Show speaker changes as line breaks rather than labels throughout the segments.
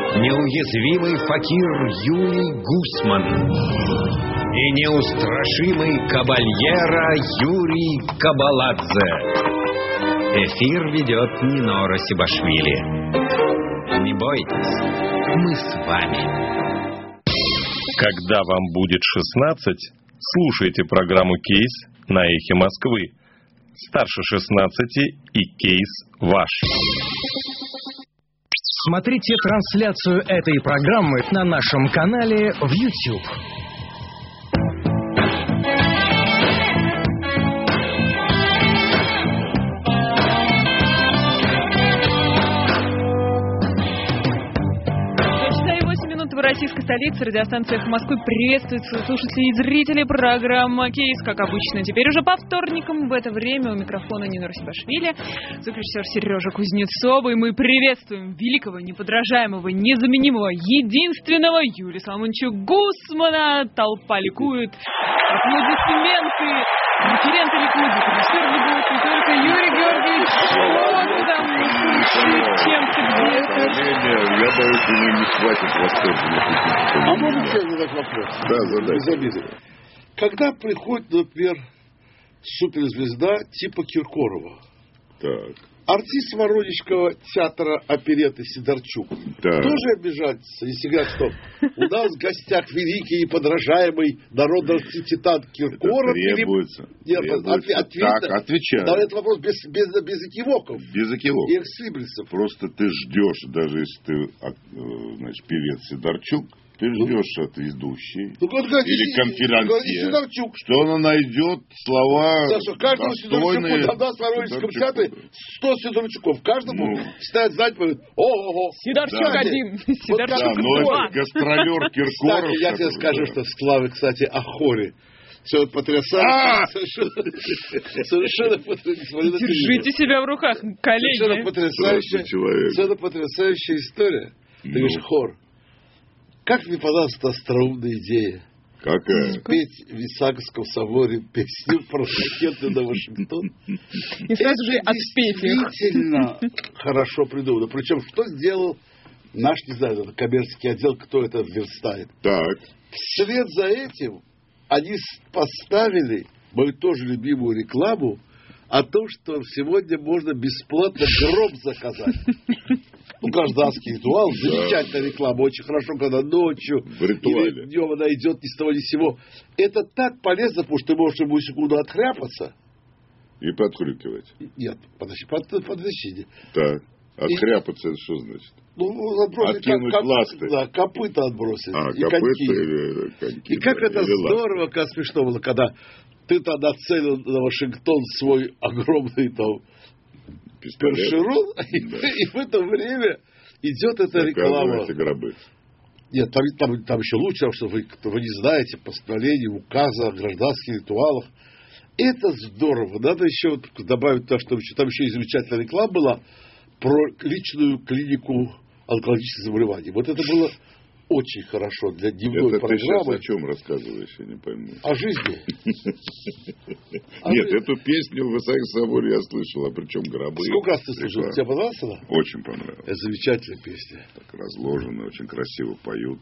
неуязвимый факир Юлий Гусман и неустрашимый кабальера Юрий Кабаладзе. Эфир ведет Нинора Сибашвили. Не бойтесь, мы с вами.
Когда вам будет 16, слушайте программу «Кейс» на «Эхе Москвы». Старше 16 и кейс ваш.
Смотрите трансляцию этой программы на нашем канале в YouTube.
в российской столице. Радиостанция «Эхо Москвы» приветствует слушателей и зрителей программы «Кейс», как обычно. Теперь уже по вторникам в это время у микрофона Нина Русибашвили, звукорежиссер Сережа Кузнецова. И мы приветствуем великого, неподражаемого, незаменимого, единственного Юрия Соломоновича Гусмана. Толпа ликует, аплодисменты, референты ликуют, режиссер ликует, и только Юрий Георгиевич, что ты там
чем-то где-то? Я боюсь, у него не хватит восторга.
А можно еще один вопрос?
Да, задай.
Без обиды. Когда приходит, например, суперзвезда типа Киркорова,
так.
артист Воронежского театра опереты Сидорчук
Да.
тоже обижается, если говорят, что у нас в гостях великий и подражаемый народный титан Киркоров. или-
требуется.
Нет,
Требуется.
отве- ответь-
Так, отвечаю.
Да, этот вопрос без, без, без экивоков
Без окилов.
и экслибрисов.
Просто ты ждешь, даже если ты а, э, значит, певец Сидорчук, ты ждешь от ведущей
Ну, вот говорит,
или
и- говорит, и
конференции,
Сидорчук,
что она найдет слова
Саша, каждому Сидорчуку
достойные
вот она в Воронежском
Сидорчуку.
театре 100 Сидорчуков. Каждому
Ну.
считает знать, говорит, ого-го.
Сидорчук
Да.
один,
Да,
Сидорчук
но
два.
это гастролер Киркоров.
Кстати, я тебе
который,
скажу,
да.
что славы, кстати, о хоре. Все потрясающе.
А!
Совершенно- Совершенно потрясающе.
Держите себя в руках,
Совершенно
коллеги.
потрясающая,
Здравствуй, человек.
совершенно потрясающая история. Ты
Ну.
говоришь, хор. Как мне понравилась эта остроумная идея.
Какая?
Петь в Исаакском соборе песню про ракеты на Вашингтон.
И сразу же отпейте их.
Действительно хорошо придумано. Причем, что сделал наш, не знаю, это коммерческий отдел, кто это верстает.
Так.
Вслед за этим они с- поставили мою тоже любимую рекламу о том, что сегодня можно бесплатно гроб заказать. Ну, гражданский ритуал, замечательная реклама, очень хорошо, когда ночью
В ритуале.
или днем она идет ни с того ни с сего. Это так полезно, потому что ты можешь ему секунду отхряпаться.
И подхрюкивать.
Нет, подожди, под- подожди.
Так. Отхряпаться это что значит?
Ну, отбросить
Откинуть ласты.
Да, копыта отбросить.
А,
и
копыта
коньки.
или э, коньки.
И как
да,
это
или лапы.
здорово, как смешно было, когда ты тогда целил на Вашингтон свой огромный там
Пистолет.
першерон, и,
Да.
и в это время идет эта реклама.
Оказывается, гробы.
Нет, там, там- там еще лучше, потому что вы, кто- вы не знаете постановление, указа о гражданских ритуалах. Это здорово. Надо еще вот добавить то, что еще- там еще и замечательная реклама была про личную клинику онкологических заболеваний. Вот это было очень хорошо для дневной
Это ты сейчас
программы.
о чем рассказываешь, я не пойму.
О жизни. А
Нет,
вы-
эту песню в Исаак Соборе я слышал, а причем гробы.
Сколько раз ты слушал?
Реклама.
Тебе понравилась она?
Очень понравилось.
Это замечательная песня.
Так разложено, очень красиво поют.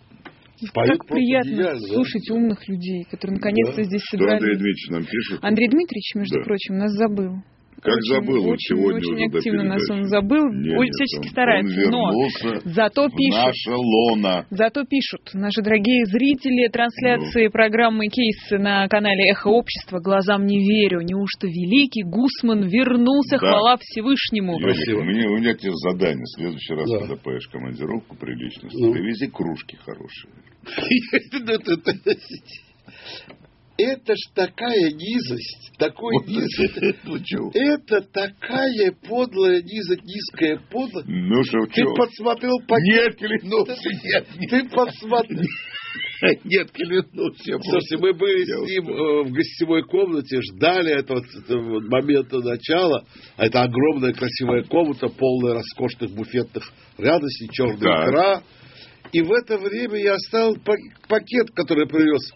Поют
Как
просто
приятно
гениально.
слушать умных людей, которые наконец-то
Да.
здесь
Что Андрей
собрались.
Дмитриевич нам пишет?
Андрей Дмитриевич, между
Да.
прочим, нас забыл.
Как
Очень-
забыл, вот
очень,
сегодня
очень
уже до
активно нас
передачи.
он забыл,
Не,
Ой,
нет,
всячески
он-
старается,
он
но
вернулся
зато
в
пишет,
наше лоно.
зато пишут наши дорогие зрители трансляции
Ну.
программы «Кейсы» на канале «Эхо Общества». Глазам не верю, неужто великий Гусман вернулся,
Да.
хвала Всевышнему.
Юрик,
Спасибо.
у меня, у меня к тебе задание. В следующий раз,
Да.
когда поешь в командировку прилично,
Ну.
привези кружки хорошие.
Это ж такая низость, такой
Вот
низость.
это- ну, чё?
Это такая подлая низость, низкая подлость.
Ну что,
Ты подсмотрел пакет.
Нет, клянусь, нет,
Ты подсмотрел.
нет, нет, клянусь. я
Слушайте,
просто-
мы были
Я
с ним
устал.
э, в гостевой комнате, ждали этого, этого момента начала. А Это огромная красивая комната, полная роскошных буфетных радостей, черная
Да.
икра. И в это время я оставил па- пакет, который я привез.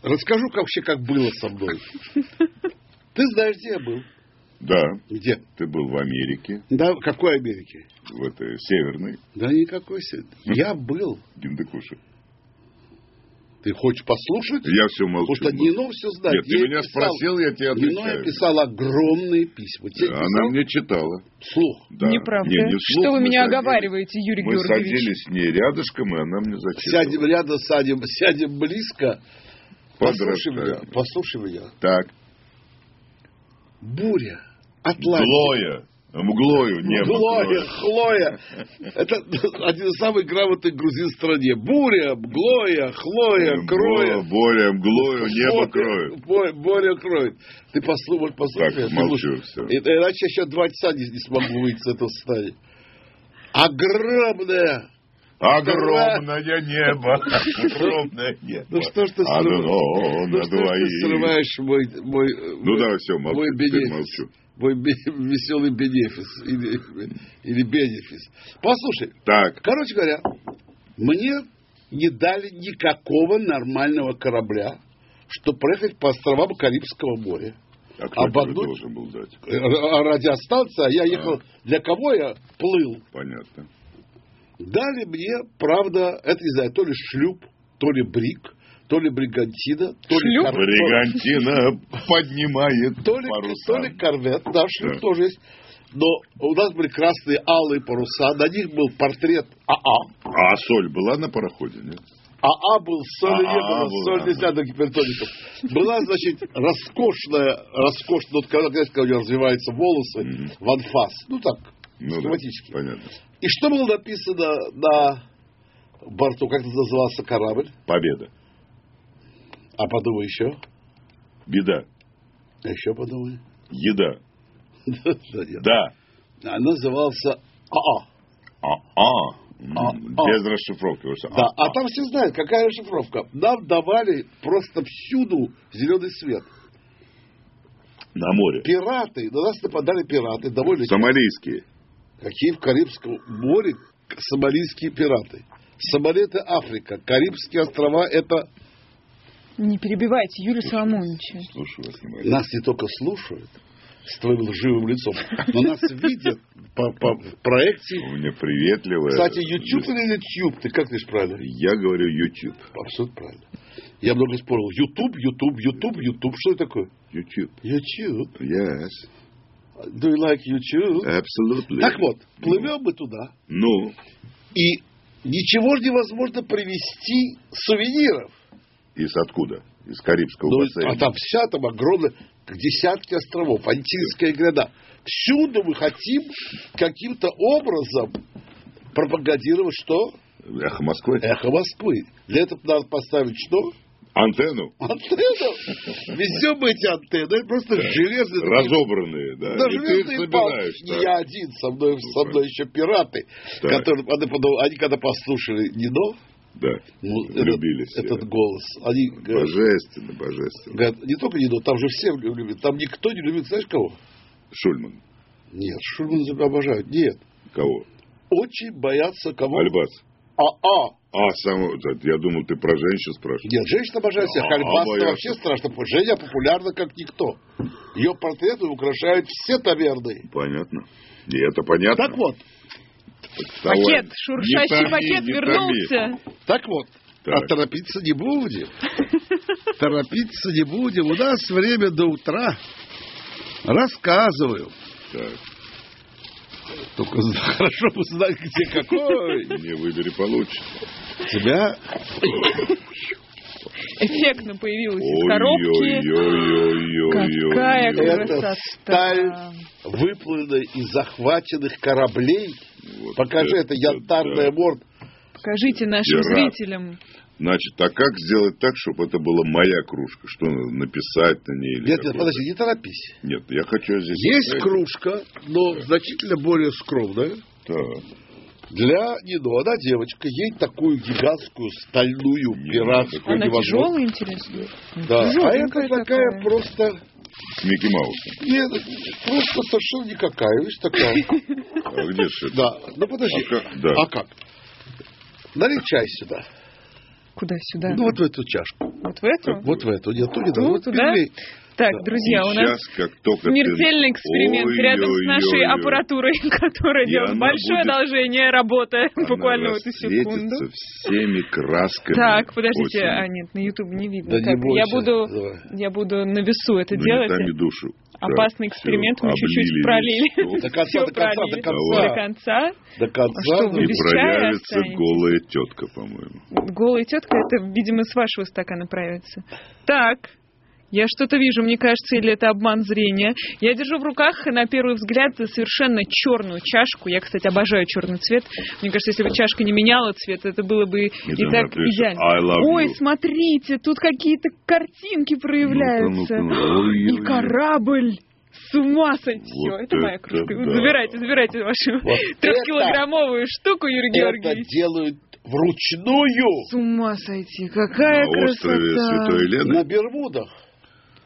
Расскажу как вообще, как было со мной. Ты знаешь, где я был?
Да.
Где?
Ты был в Америке,
Да, в какой Америке?
в этой северной,
Да никакой себе. Я был.
Гиндекуши.
Ты хочешь послушать?
Я все молчу.
Потому что Нино все знает.
Нет, ты
Я ей
меня
писал.
спросил, я тебе
Нино
отвечаю.
я писал огромные письма. Тебе
Она
писал
мне читала.
вслух.
Да.
Неправда.
Не, не вслух,
Что вы
мы
меня
садились-
оговариваете, Юрий
Мы
Георгиевич?
садились с ней рядышком, и она мне зачитывала.
Сядем рядом, садим, сядем близко. Послушай меня,
Подрастаем.
послушай меня.
Так.
Буря. Атлантика.
Глоя. Мглою, не
Глоя,
мглою.
Хлоя. Это один из самых грамотных грузин в стране. Буря, Глоя, Хлоя, Кроя.
Мгло- Боря, мглою, небо
Боря-
кроет.
Бо- Боря кроет. Ты послушай, послушай.
Так,
ты
молчу,
слушай.
всё.
Это, иначе я сейчас два часа не, не смогу выйти с этого состояния. Огромная.
Огромное небо. Огромное небо.
Ну что ж ты срываешь?
Одно
ну
А на
что ж ты
двоих.
срываешь мой, мой, э,
Ну
мой,
да, все, молчу,
мой
теперь
бенефис.
молчу.
мой бе- веселый бенефис. Или, или бенефис. Послушай,
Так,
короче говоря, мне не дали никакого нормального корабля, чтобы проехать по островам Карибского моря.
а кто тебе
Обогнуть?
должен был дать?
Э, ра- радиостанция, а я ехал, для кого я плыл.
Понятно.
Дали мне, правда, это не знаю, то ли шлюп, то ли брик, то ли бригантина, то ли,
Шлюп?
кор-
Бригантина поднимает
то ли,
паруса.
то ли корвет, да, шлюп
Да.
тоже есть. Но у нас были красные алые паруса, на них был портрет АА.
А соль была на пароходе, нет?
АА А был соль, не
АА
было,
А был,
соль
ага.
нельзя на гипертоников. Была, значит, роскошная, роскошная, вот когда, знаешь, когда у нее развиваются волосы в анфас, ну так,
Ну да,
схематически.
понятно.
И что было написано на борту, как это назывался корабль?
Победа.
А подумай еще.
Беда.
А еще подумай.
Еда.
Да, да, нет.
Да.
А Назывался АА.
А, а.
А,
М,
а.
Без расшифровки. потому что
Да,
а,
а там все знают, какая расшифровка. Нам давали просто всюду зеленый свет.
На море.
Пираты, на нас нападали пираты, довольно
Сомалийские.
Какие в Карибском море сомалийские пираты. Сомали это Африка, Карибские острова это...
Не перебивайте Юрия Соломоновича.
Слушаю вас внимательно.
Нас не только слушают с твоим лживым лицом, но нас видят по, по проекции
У меня приветливая...
Кстати, YouTube или YouTube? Ты как говоришь правильно?
Я говорю YouTube.
Абсолютно правильно. Я много спорил. YouTube, YouTube, YouTube, YouTube. Что это такое?
YouTube.
YouTube.
Yes.
Do you like YouTube?
Absolutely.
Так вот, плывем мы туда,
Ну,
и ничего же невозможно привезти сувениров.
из откуда? Из Карибского
Ну,
бассейна.
а там вся там огромная, десятки островов, антильская гряда. Всюду мы хотим каким-то образом пропагандировать что?
Эхо Москвы.
Эхо Москвы. Для этого надо поставить что?
Антенну.
антенну. Везем мы эти антенны, просто железные.
Разобранные, да.
Да,
И ты их
железные палки.
собираешь.
Не
да.
я один, со мной, со мной еще пираты,
Так.
которые они, потом- они когда послушали Нино,
Да.
ну, этот-
Влюбились.
этот, голос, они говорят,
Божественно, божественно.
говорят, не только Нино, там же все любят, там никто не любит, знаешь кого?
Шульман.
Нет, Шульман обожают, нет.
Кого?
Очень боятся кого?
Альбас.
А-а.
А, самого, да, я думал, ты про женщин спрашиваешь.
Нет, женщина обожает всех.
А,
Альбас
боятся.
вообще страшно. Женя популярна как никто. Ее портреты украшают все таверны.
Понятно. И это понятно.
Так вот,
Давай.
Пакет,
Не
шуршащий
томи,
пакет
не
вернулся.
так вот.
Так.
А торопиться не будем. Торопиться не будем. У нас время до утра. Рассказываю.
томи.
Только хорошо бы знать, где какой.
Так, не выбери получше.
Тебя
Эффектно появилась из коробки.
Ой-ой-ой-ой-ой.
Какая
это
красота.
сталь выплыла из захваченных кораблей.
Вот
Покажи,
это
это янтарная
да.
морда.
Покажите нашим
Я рад.
зрителям.
Значит, а как сделать так, чтобы это была моя кружка? Что надо написать на ней? или
Нет, нет,
какое-то?
подожди, не торопись.
Нет, я хочу здесь...
Есть
поставить.
кружка, но значительно более скромная.
Так,
Для Нино. Она девочка, ей такую гигантскую стальную
Не
пиратскую
Она
невозможно.
тяжелая, интересно.
Да. А
Тяжёленькая
это такая,
такая.
просто...
с Микки Маусом.
Нет, просто совершенно никакая. Видишь, такая.
А где же это?
Да. Ну, подожди.
А как? Да.
А как? Налей чай сюда.
Куда сюда?
Ну, вот в эту чашку.
Вот в эту?
Вот в эту. Нет, ту не дам.
Ну,
Вот
туда.
перелей.
Так, друзья,
И
у нас
щас, как только
смертельный
ты-
эксперимент
Ой,
рядом
ой,
с нашей
ой, ой.
аппаратурой, которая
И
делает
она
большое
будет-
одолжение, работая
Она
буквально в эту секунду.
рассветится всеми красками.
Так, подождите,
осенью.
а нет, на YouTube не видно.
Да
Ну как.
не бойся.
я буду,
Давай.
я буду на весу это
Ну, не
делать.
там и душу.
Опасный
Так,
эксперимент,
всё,
мы чуть-чуть
облили
пролили.
весь
До
стол,
конца,
Всё
до конца, до
правильно.
конца.
До конца.
До конца.
А что вы
И
без чая
проявится
останетесь?
голая тетка, по-моему.
Голая тетка, это, видимо, с вашего стакана проявится. Так, я что-то вижу, мне кажется, или это обман зрения. Я держу в руках, на первый взгляд, совершенно черную чашку. Я, кстати, обожаю черный цвет. Мне кажется, если бы чашка не меняла цвет, это было бы и
И там
так
напишешь
идеально.
«I love
Ой,
you».
смотрите, тут какие-то картинки проявляются.
Ну-ка, ну-ка, ой,
И
ой, ой.
корабль. С ума сойти. Всё,
Вот
это моя
это
кружка.
да.
Забирайте, забирайте вашу
Вот
трехкилограммовую штуку, Юрий
Это
Георгиевич.
делают вручную
С ума сойти, какая
На
красота!
острове Святой
на
Елены.
Бермудах.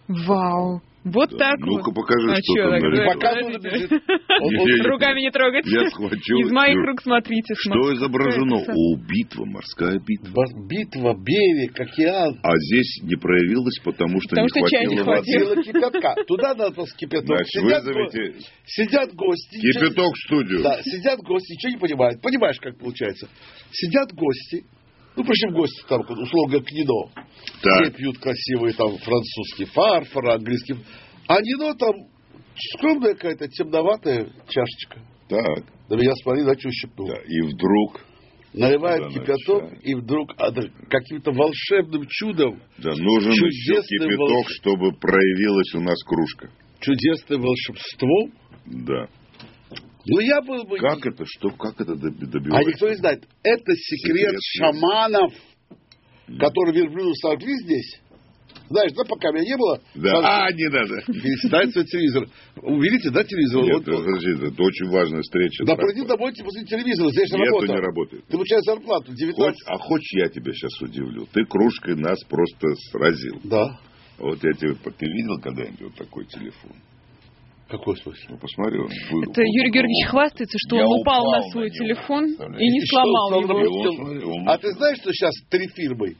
Вау! Вот
Да,
так
ну-ка,
вот.
покажи,
а
что
чё,
там
так,
на
да,
рисунке.
Пока
подождите.
он бежит. Он- он-
Я-
Руками не трогать.
Я схвачу.
Из моих
Юр,
рук смотрите.
Что
смотрите.
изображено?
Какая красота.
О, битва, морская битва.
Бас- Битва, берег, океан.
А здесь не проявилось, потому что
Потому
не
что чая не
хватило воды.
хватило.
Сила кипятка. Туда надо просто кипяток.
Значит,
Сидят го-
вызовите
Сидят гости. ничего не-
кипяток в студию.
Да, сидят гости, ничего не понимают. Понимаешь, как получается. Сидят гости, ну, причем гости там, условно, говоря, кино.
Так.
Все пьют красивый там французский фарфор, английский. А Нино там скромная какая-то темноватая чашечка.
Так,
На меня смотри, начал щипнул.
да. И вдруг,
Наливает
Да,
кипяток,
начинает.
и вдруг а, да, каким-то волшебным чудом,
да, нужен еще
Чудесный
кипяток,
волшеб-
чтобы проявилась у нас кружка.
чудесным волшебством,
Да.
ну, я был бы...
Как это? Что? Как это доби-
А
добивается?
никто не знает. Это секрет
Секрет
шаманов, которые верблюды сожгли здесь. Знаешь, да, пока меня не было, сразу
Да. А, не надо.
перестать свой телевизор. Уберите, да, телевизор?
Нет,
Вот-
подожди, это очень важная встреча.
да
Так,
приди домой, типа, после телевизора, здесь же
Нет,
работа.
он не работает.
Ты получаешь зарплату, 19.
Хочешь- а хочешь, я тебя сейчас удивлю? Ты кружкой нас просто сразил.
Да.
Вот я тебе... Ты видел когда-нибудь вот такой телефон?
Какой смысл?
Ну, посмотри, он...
Это Юрий Георгиевич хвастается, что
Я
он упал,
упал
на
на
свой
него,
телефон
представляете?
и не
И
что,
сломал
он
его.
работал?
хвастал.
А ты знаешь, что сейчас три фирмы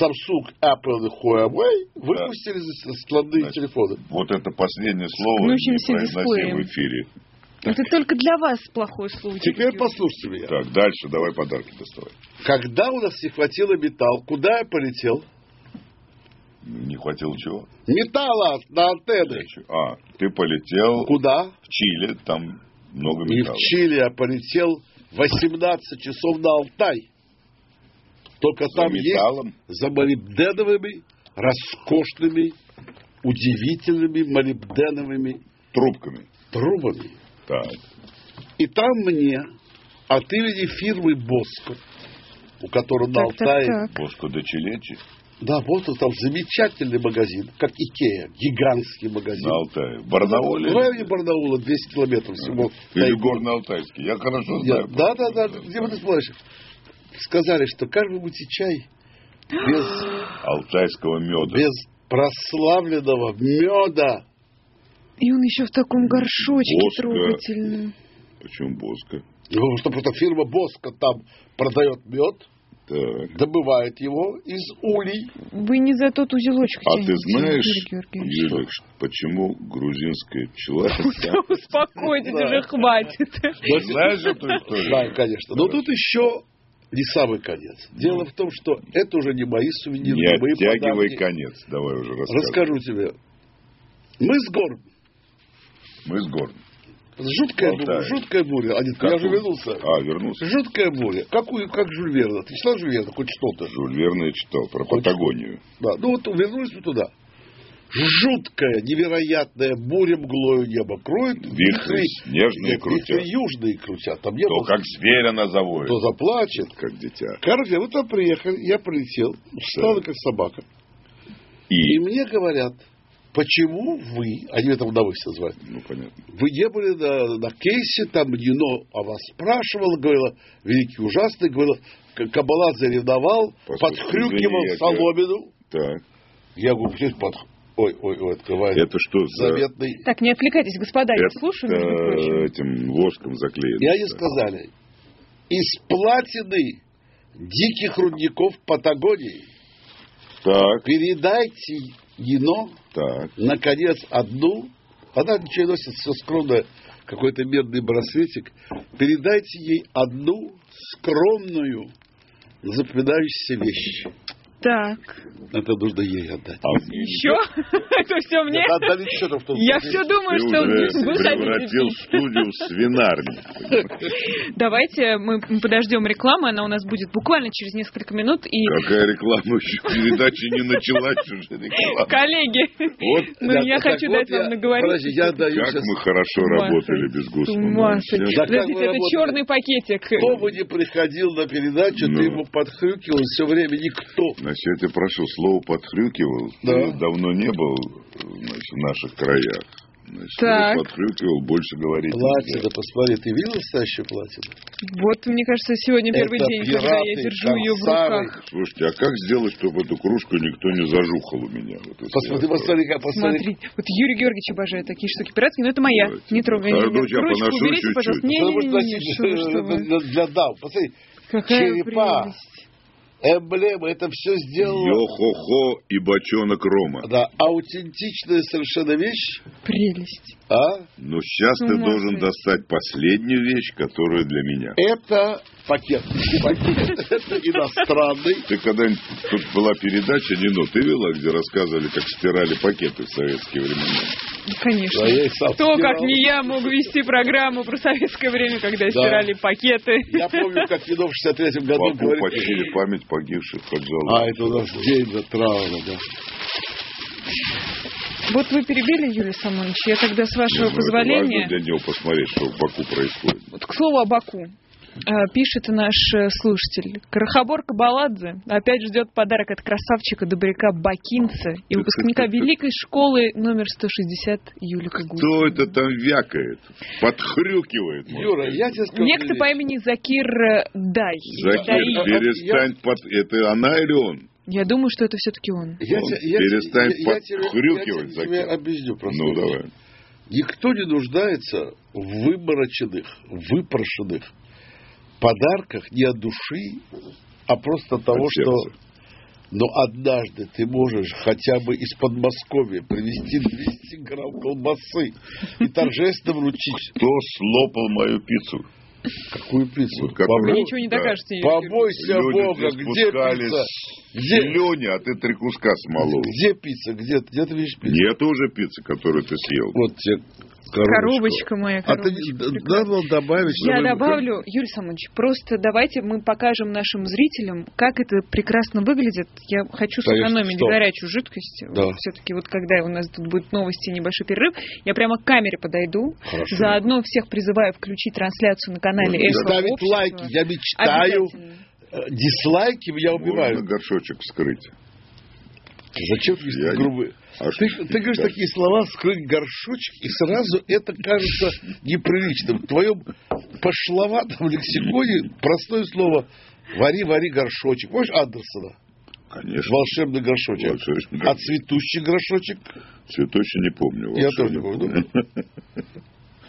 Samsung, Apple и Huawei выпустили складные
Значит,
телефоны?
Вот это последнее слово
гнущимся
не произносим
дисплеем.
в эфире.
Это только для вас плохой случай.
Теперь
Юрий.
послушайте меня.
Так, дальше давай подарки доставай.
Когда у нас не хватило металл, куда я полетел?
Не хватило чего?
Металла на антенны.
А, ты полетел
Куда?
в Чили, там много
Не в
металла.
Чили, а полетел 18 часов на Алтай. Только
За
а там
металлом?
есть за молибденовыми, роскошными, удивительными молибденовыми
Трубками.
трубами.
Так.
И там мне от имени фирмы Боско, у которой на
Так, так,
Алтае...
так.
Боско до Чилечи
Да, вот он там замечательный магазин, как Икея, гигантский магазин.
на Алтае. В Барнауле.
В районе Барнаула 200 километров всего.
Или
Тайгу.
Горно-Алтайский. Я хорошо
Я-
знаю.
Да, да, да, где вот ты смотришь? Сказали, что как вы будете чай без,
Алтайского меда.
без прославленного меда?
И он еще в таком горшочке
Боско.
трогательном.
Почему Боско?
Потому что просто фирма Боско там продает мед,
Так.
добывает его из улей.
Вы не за тот узелочек
А ты
тянете,
знаешь,
Юрий Георгиевич.
Юлик, почему грузинская пчела...
Успокойтесь уже, хватит.
Знаешь эту историю?
Знаю, конечно. Но тут еще не самый конец. Дело в том, что это уже не мои сувениры,
Не
не мои
оттягивай
подарки.
конец. Давай уже расскажи.
Расскажу тебе. Мы с гор.
Мы с горн.
Жуткая,
Болтаешь.
буря, жуткая буря. Они, я же вернулся.
А, вернулся.
Жуткая буря. Какую, как Жюль Верна? Ты читал Жюль Верна? Хоть что-то.
Жюль Верн я читал про
Хоть
Патагонию.
Да. Ну вот вернулись мы туда. Жуткая, невероятная буря мглою небо кроет.
Вихри снежные
нет,
крутят.
Вихри южные крутят. Там небо
То, как зверь она завоет.
кто заплачет.
Как дитя.
Короче, мы туда приехали, я прилетел, встала как собака. И
И,
мне говорят, почему вы, они меня там на «вы» все называют,
ну, понятно.
вы не были на, на кейсе, там Нино о вас спрашивала, говорила, великий ужасный, говорила, К- Кабала заревновал,
Послушай,
подхрюкивал
извини, я
соломину.
Так.
Я говорю, «Слушай, под... Ой, ой, ой, открывает
Это что за...
заветный.
Так, не отвлекайтесь, господа, я
Это
слушаю, между прочим.
э, этим воском заклеено.
И они сказали, из платины диких рудников Патагонии
Так.
передайте Ено,
Так.
наконец, одну, она ничего не носит все скромно, какой-то медный браслетик, передайте ей одну скромную запоминающуюся вещь.
Так.
Это нужно ей отдать.
А мне
Еще? Это все мне?
Это отдали что-то в том
Я
числе.
все думаю,
ты
что
уже
вы
превратил
садитесь.
студию в свинарник.
Давайте мы подождем рекламы, она у нас будет буквально через несколько минут. И,
Какая реклама еще? Передача не началась уже реклама.
коллеги,
Вот
ну
Да,
я
так
хочу
вот
дать
я-
вам наговорить.
подожди, я даю
как
сейчас...
мы хорошо
ума
работали
сойти,
без Ну,
С ума
Гусмана.
сойти.
Всё.
Да как вы
Подождите, это
работаете?
черный пакетик.
Кто бы не приходил на передачу,
Ну.
ты ему подхрюкивал все время, никто.
Значит, я прошу, слово подхрюкивал.
Да.
Я давно не был значит, в наших краях. Значит,
Так.
слово подхрюкивал, больше говорить
Платина,
нельзя.
посмотри, ты видел настоящую платину?
Вот, мне кажется, сегодня первый
Это
день, когда я
пираты,
держу ее в
корсары.
руках.
Слушайте, а как сделать, чтобы эту кружку никто не зажухал у меня? Вот если
Посмотри,
я-
посмотри, как- посмотри.
Смотри, вот Юрий Георгиевич обожает такие штуки пиратские, но это моя.
Давайте.
Не трогай.
Дорогой,
нет,
я
Ручку
поношу
уберите,
чуть-чуть.
пожалуйста.
Это может
Не-не-не,
носить,
что вы, что вы.
э, для, для дам. Посмотри,
Какая
черепа.
прелесть.
эмблемы, это все сделано.
Йо-хо-хо и бочонок рома.
Да, аутентичная совершенно вещь,
Прелесть.
а?
Но сейчас
С
Ну, ты
ума
должен
сойти.
достать последнюю вещь, которая для меня.
Это пакет. Пакет. Это иностранный.
Ты когда-нибудь... Тут была передача, Нино, ты вела, где рассказывали, как стирали пакеты в советские времена?
Конечно.
Да, я и сам
Кто,
стирал.
как не я, мог вести программу про советское время, когда стирали пакеты?
Я помню, как Вино в 63 году
Покупа
говорит...
через память погибших под
А,
жалобой.
это у нас день за травма, да.
Вот вы перебили Юрий Самонович. Я тогда, с
Не
вашего
знаю, Ну, это
позволения...
важно для него посмотреть, что в Баку происходит.
Вот, к слову о Баку. Э, Пишет наш э, слушатель. Крахобор Кабаладзе опять ждет подарок от красавчика добряка Бакинца и выпускника Великой школы номер 160 Юлика Гусева.
Кто это там вякает? Подхрюкивает. может
Юра,
быть.
я тебе скажу...
Некто по имени Закир э, Дай.
Закир,
Дай.
перестань под... Это она или он? Ну,
Я думаю, что это все-таки он.
Я
Он
те- я те-
перестань
я- я тебе- я
подхрюкивать,
тебе-
Закир.
тебе объясню просто.
Ну, давай.
Никто не нуждается в вымороченных, выпрошенных подарках не от души, а просто от того,
От
что...
сердца.
Но однажды ты можешь хотя бы из Подмосковья привезти 200 грамм колбасы и торжественно вручить.
Кто слопал мою пиццу?
Какую пиццу?
Вот которую-
Вы
Ну,
ничего не
да.
докажете. Юрий Юрьевич.
Побойся
Люди
Бога,
здесь
где
спускались.
пицца? Где,
Зелени, а ты три куска смолол.
где пицца? Где, где ты видишь пиццу?
Нет уже пиццы, которую ты съел.
Вот тебе коробочка.
Коробочка моя,
А
коробочка.
ты д-
прекрасная.
надо было добавить,
Я
чтобы-
добавлю, Юрий Самонович, просто давайте мы покажем нашим зрителям, как это прекрасно выглядит. Я хочу
Конечно,
сэкономить
что?
горячую жидкость.
Да.
Все-таки вот когда у нас тут будут новости, небольшой перерыв, я прямо к камере подойду.
Хорошо. Ну,
Заодно всех призываю включить трансляцию на канале
Можно
«Эхо
Ставить
Общества».
лайки. Я мечтаю.
Обязательно.
Э, Дизлайки меня
Можно
убивают.
горшочек вскрыть.
Зачем ты
Я не-
грубые?
А
Ты,
что-
ты говоришь
да.
такие слова, скрыть горшочек, и сразу это кажется неприличным. В твоем пошловатом лексиконе простое слово «вари, вари горшочек». Помнишь Андерсона?
Конечно.
Волшебный горшочек.
Волшебный
А
горшочек.
цветущий горшочек?
Цветочи не помню.
Я
волшебник.
тоже не помню.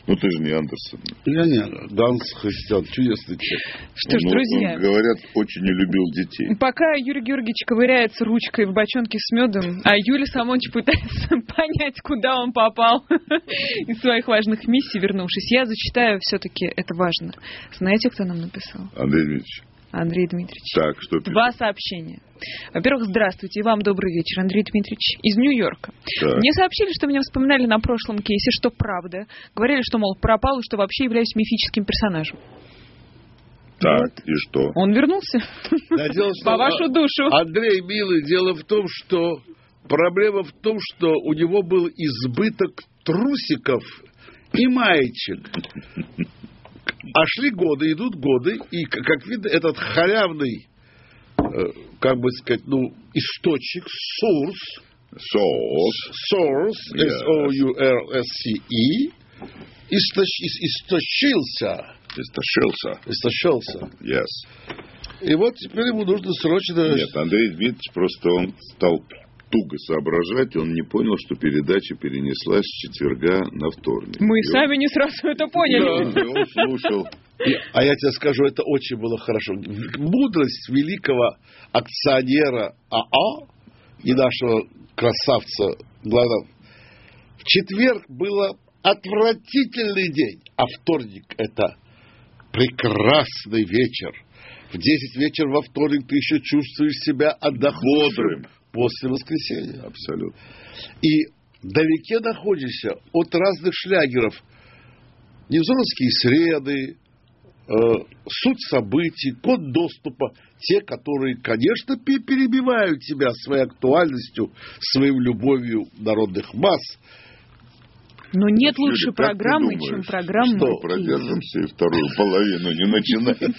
Ну, ты же не Андерсон.
Я не. Ганс Христиан. Чудесный человек.
Что ж,
Ну,
друзья...
он, говорят, очень не любил детей.
Пока Юрий Георгиевич ковыряется ручкой в бочонке с медом, а Юлия Самонович пытается понять, куда он попал из своих важных миссий, вернувшись. Я зачитаю все-таки, это важно. Знаете, кто нам написал?
Андрей Дмитриевич,
Андрей Дмитриевич.
так, что пишет?
Два сообщения. Во-первых, здравствуйте и вам добрый вечер, Андрей Дмитриевич, из Нью-Йорка.
Так.
Мне сообщили, что меня вспоминали на прошлом кейсе, что правда. Говорили, что, мол, пропал и что вообще являюсь мифическим персонажем.
Так, и что?
Он вернулся
Да, А дело в
по
том,
вашу душу.
Андрей, милый, дело в том, что проблема в том, что у него был избыток трусиков и маечек. А шли годы, идут годы, и, к- как видно, этот халявный, э, как бы сказать, ну, источник, source,
Соус.
source,
Yes.
S-O-U-R-S-C-E, E, источ- ис- истощился,
Истошился.
истощился.
Yes.
И вот теперь ему нужно срочно...
Нет, Андрей Дмитриевич просто он стал туго соображать, он не понял, что передача перенеслась с четверга на вторник.
Мы
И он-
сами не сразу это поняли.
И он слушал.
И- А я тебе скажу, это очень было хорошо. Мудрость великого акционера АА А и нашего красавца главного. В четверг было отвратительный день, а вторник – это прекрасный вечер. В 10 вечера во вторник ты еще чувствуешь себя отдохнувшим
Бодрым.
после воскресенья.
Абсолютно.
И вдалеке находишься от разных шлягеров. Невзоровские среды, э, суть событий, код доступа. Те, которые, конечно, пе- перебивают тебя своей актуальностью, своей любовью народных масс.
Но нет
Юля,
лучшей
как ты
программы,
думаешь,
чем программа
Что,
«Киев».
продержимся и вторую половину не начинаем?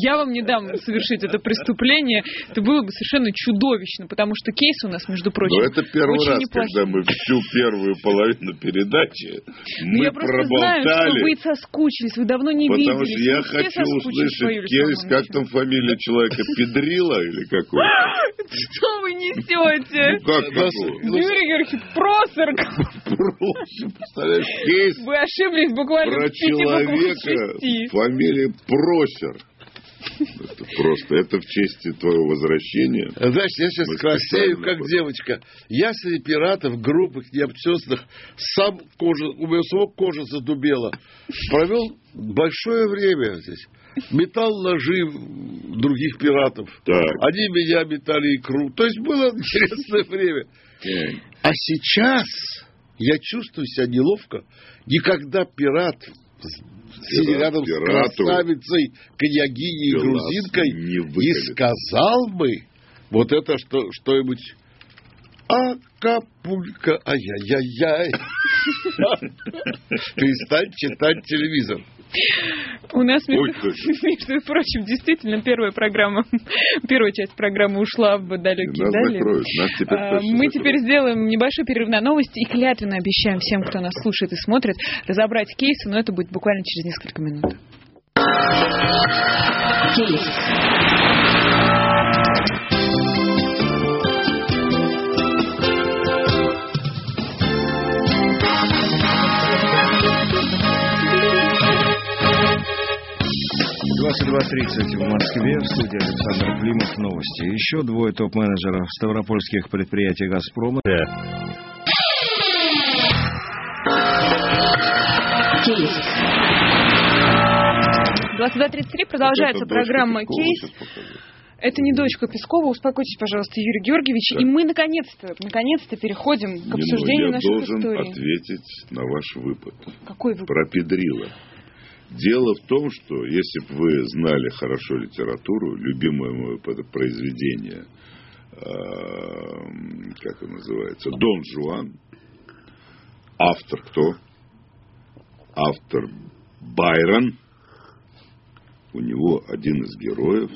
Я вам не дам совершить это преступление. Это было бы совершенно чудовищно, потому что кейс у нас, между прочим,
Но это первый
очень
раз,
неплохие.
когда мы всю первую половину передачи
Ну,
мы
я просто знаю, что
проболтали.
вы соскучились, вы давно не
Потому
виделись.
что я
Мы все
хочу
соскучились по Юле
услышать кейс, как
Соломоновне.
там фамилия человека, Педрила или какой?
Что вы
Ну
несете?
как
Да,
какого?
ну,
Юрий Георгиевич, просорг!
Просто, представляешь, кейс
Вы ошиблись буквально
про
в пяти буквах из
человека,
шести.
фамилия Просер. Это просто, это в честь твоего возвращения.
Знаешь, я сейчас
Мы
красею,
специально
как
вот-
девочка. Я среди пиратов, грубых, необчесных, сам кожа, у меня самого кожа задубела. Провел большое время здесь. Метал ножи других пиратов.
Так.
Они меня метали икру. То есть было интересное время. А сейчас я чувствую себя неловко. Никогда пират, сидя
Пират
рядом с
пирату
красавицей, княгиней и
глаз
грузинкой,
не
и
выколет.
сказал бы вот это что, что-нибудь... Акапулька, ай-яй-яй-яй. Перестань читать телевизор.
У нас,
Ой,
между,
ты ж.
между прочим, действительно первая программа, первая часть программы ушла в
Нас
далекие дали.
закроют, нас теперь
А,
точно
Мы
закроют.
теперь сделаем небольшой перерыв на новости и клятвенно обещаем всем, кто нас слушает и смотрит, разобрать кейсы, но это будет буквально через несколько минут.
в Москве, в студии Александр Климов, новости. Еще двое топ-менеджеров ставропольских предприятий «Газпрома»
Кейс.
22.33 продолжается
Вот это дочка
программа
Пескова
«Кейс».
сейчас показывает.
Это не дочка Пескова. Успокойтесь, пожалуйста, Юрий Георгиевич.
Так.
И мы наконец-то, наконец-то переходим к
Не, ну,
обсуждению
я
наших
должен
историй.
ответить на ваш выпад
Какой вы...
про Педрила. Дело в том, что если бы вы знали хорошо литературу, любимое мое под- произведение, А, эм, как оно называется, Дон Жуан, автор кто? Автор Байрон. У него один из героев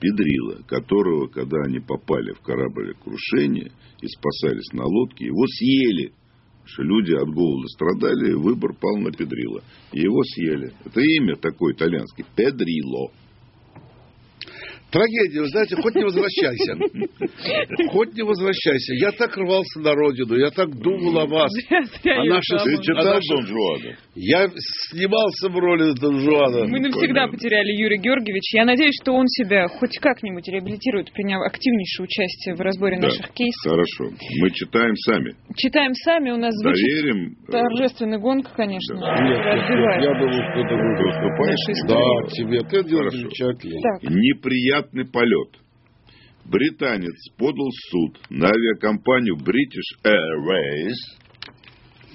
Педрила, которого, когда они попали в корабль крушения и спасались на лодке, его съели. Потому что люди от голода страдали, и выбор пал на Педрила. И его съели. Это имя такое итальянское. Педрило.
Трагедия, вы знаете, хоть не возвращайся. Хоть не возвращайся. Я так рвался на родину, я так думал о вас.
Зря, зря
А
я
наши
это
Ты
обманула.
Там он-
читал
она-
Дон Жуана?
Я снимался в роли Дон Жуана.
Мы навсегда
Понятно.
потеряли Юрия Георгиевича. Я надеюсь, что он себя хоть как-нибудь реабилитирует, приняв активнейшее участие в разборе
Да.
наших кейсов.
Хорошо. Мы читаем сами.
Читаем сами, у нас звучит
Доверим. э,
торжественный гонка, конечно.
Да.
Нет, нет, нет, я
Разбивает.
думал, что
Ты
это вы
выступаешь?
Наши истории.
Да, тебе. Ты делаешь
Хорошо.
замечательно.
Так,
Неприятный полет. Британец подал в суд на авиакомпанию British Airways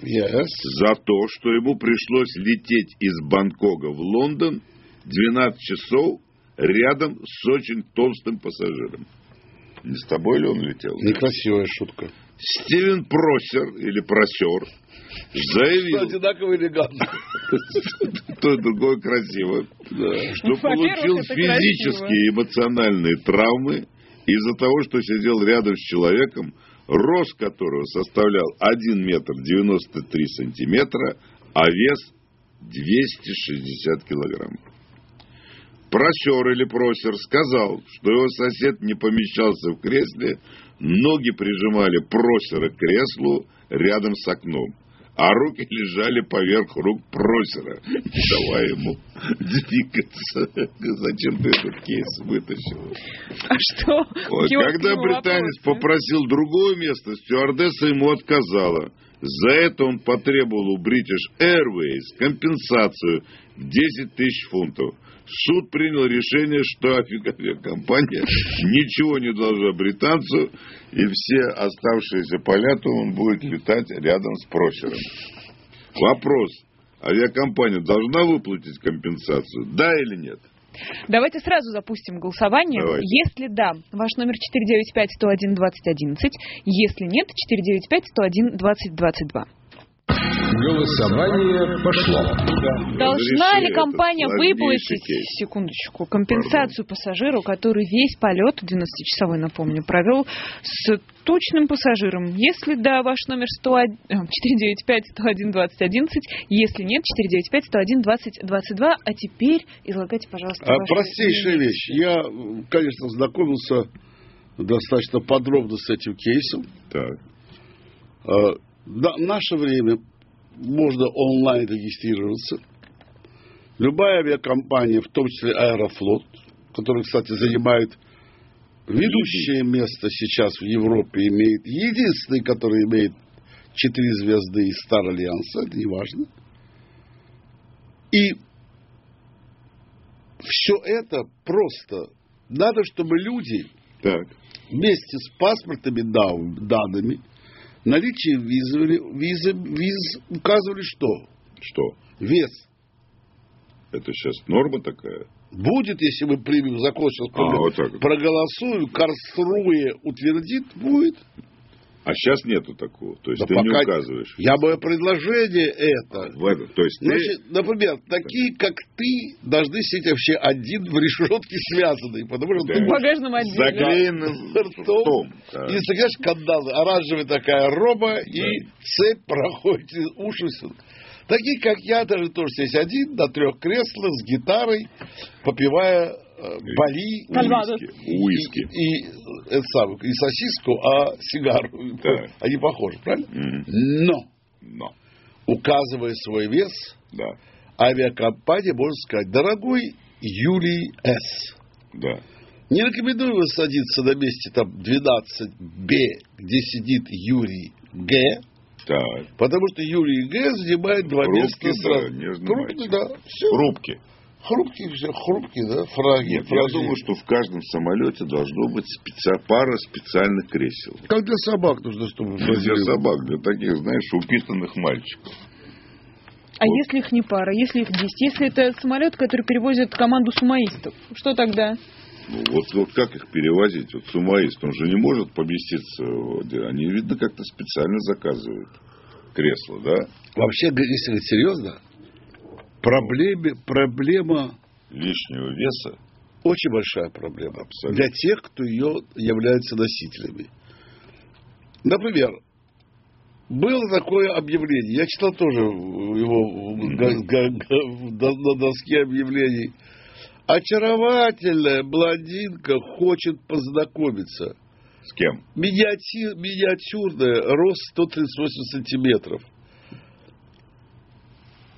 Yes.
за то, что ему пришлось лететь из Бангкока в Лондон 12 часов рядом с очень толстым пассажиром. Не с тобой ли он летел?
Некрасивая шутка.
Стивен Просер или Просер заявил,
Одинаково элегантно.
то и другое красиво, что
Во-первых,
получил
это
физические и эмоциональные травмы из-за того, что сидел рядом с человеком, рост которого составлял 1 метр 93 сантиметра, а вес 260 килограмм. Просер или просер сказал, что его сосед не помещался в кресле, ноги прижимали просера к креслу рядом с окном, а руки лежали поверх рук просера, давая ему двигаться. Зачем ты этот кейс вытащил?
А что?
Ой,
Георг,
когда
ну,
британец
вопрос, да?
попросил другое место, стюардесса ему отказала. За это он потребовал у British Airways компенсацию в 10 тысяч фунтов. Суд принял решение, что авиакомпания ничего не должна британцу, и все оставшиеся поля, то он будет летать рядом с прочером. Вопрос. Авиакомпания должна выплатить компенсацию, да или нет?
Давайте сразу запустим голосование.
Давайте.
Если да, ваш номер 495-101-2011. Если нет, 495-101-2022.
Голосование пошло.
Должна
Разреши
ли компания
этот сложнейший
выплатить,
кейс.
секундочку, компенсацию пассажиру, который весь полет, 12-часовой, напомню, провел с тучным пассажиром? Если да, ваш номер 101, э, 495-101-2011, если нет, 495-101-2022, а теперь излагайте, пожалуйста,
А,
ваши
Простейшая
мнения.
вещь. Я, м, конечно, знакомился достаточно подробно с этим кейсом.
Так.
Э, да, в наше время можно онлайн регистрироваться. Любая авиакомпания, в том числе Аэрофлот, который, кстати, занимает ведущее место сейчас в Европе, имеет единственный, который имеет четыре звезды из Стар Альянса, это не важно. И все это просто. Надо, чтобы люди
Так.
вместе с паспортными да- данными, наличие визы, визы, виз указывали что?
Что?
Вес.
Это сейчас норма такая?
Будет, если мы примем закон, сейчас
А,
прям
вот так вот.
проголосуем, Корсруе утвердит, будет.
А сейчас нету такого. То есть
Да
ты
пока-
не указываешь.
Я мое предложение это.
В этом. То есть ты-
Значит, например, такие, как ты, должны сидеть вообще один в решетке связанный, потому что
Да.
ты
В багажном отделе.
заклеенным
ртом.
ртом. Да.
И сыграешь кандалы. Оранжевая такая роба, и цепь проходит через уши. всё. Такие, как я, даже тоже здесь один, на трех креслах, с гитарой, попивая э, бали
Кальвадос.
Уиски.
и, и, э, это самое, и сосиску, а сигару.
Да.
Они похожи, правильно?
Мгм.
Но,
Но.
указывая свой вес,
Да.
авиакомпания может сказать, дорогой Юлий С.,
Да.
не рекомендую вам садиться на месте там 12Б, где сидит Юрий Г,
Так.
потому что Юрий Г занимает два
Хрупкий,
места
да,
сразу.
нежный
Хрупкий,
мальчик.
да. Все.
Рубки.
Хрупкий, все. Хрупкий, да. Фраги.
Нет, я
фраги.
думаю, что в каждом самолете должно быть спеца- пара специальных кресел.
Как для собак нужно, чтобы...
Для
возили.
собак, для таких, знаешь, упитанных мальчиков.
А если их не пара, если их 10, если это самолет, который перевозит команду сумаистов, что тогда?
Ну, вот, вот как их перевозить? Вот сумаист, он же не может поместиться. в- Они, видно, как-то специально заказывают кресло, да?
Вообще, если говорить серьезно, проблеме, проблема,
Лишнего веса.
очень большая проблема.
Абсолютно.
Для тех, кто ее является носителями. Например, было такое объявление. Я читал тоже его в- га- га- га- в до- на доске объявлений. Очаровательная блондинка хочет познакомиться.
С кем?
Миниати- миниатюрная, рост 138 сантиметров.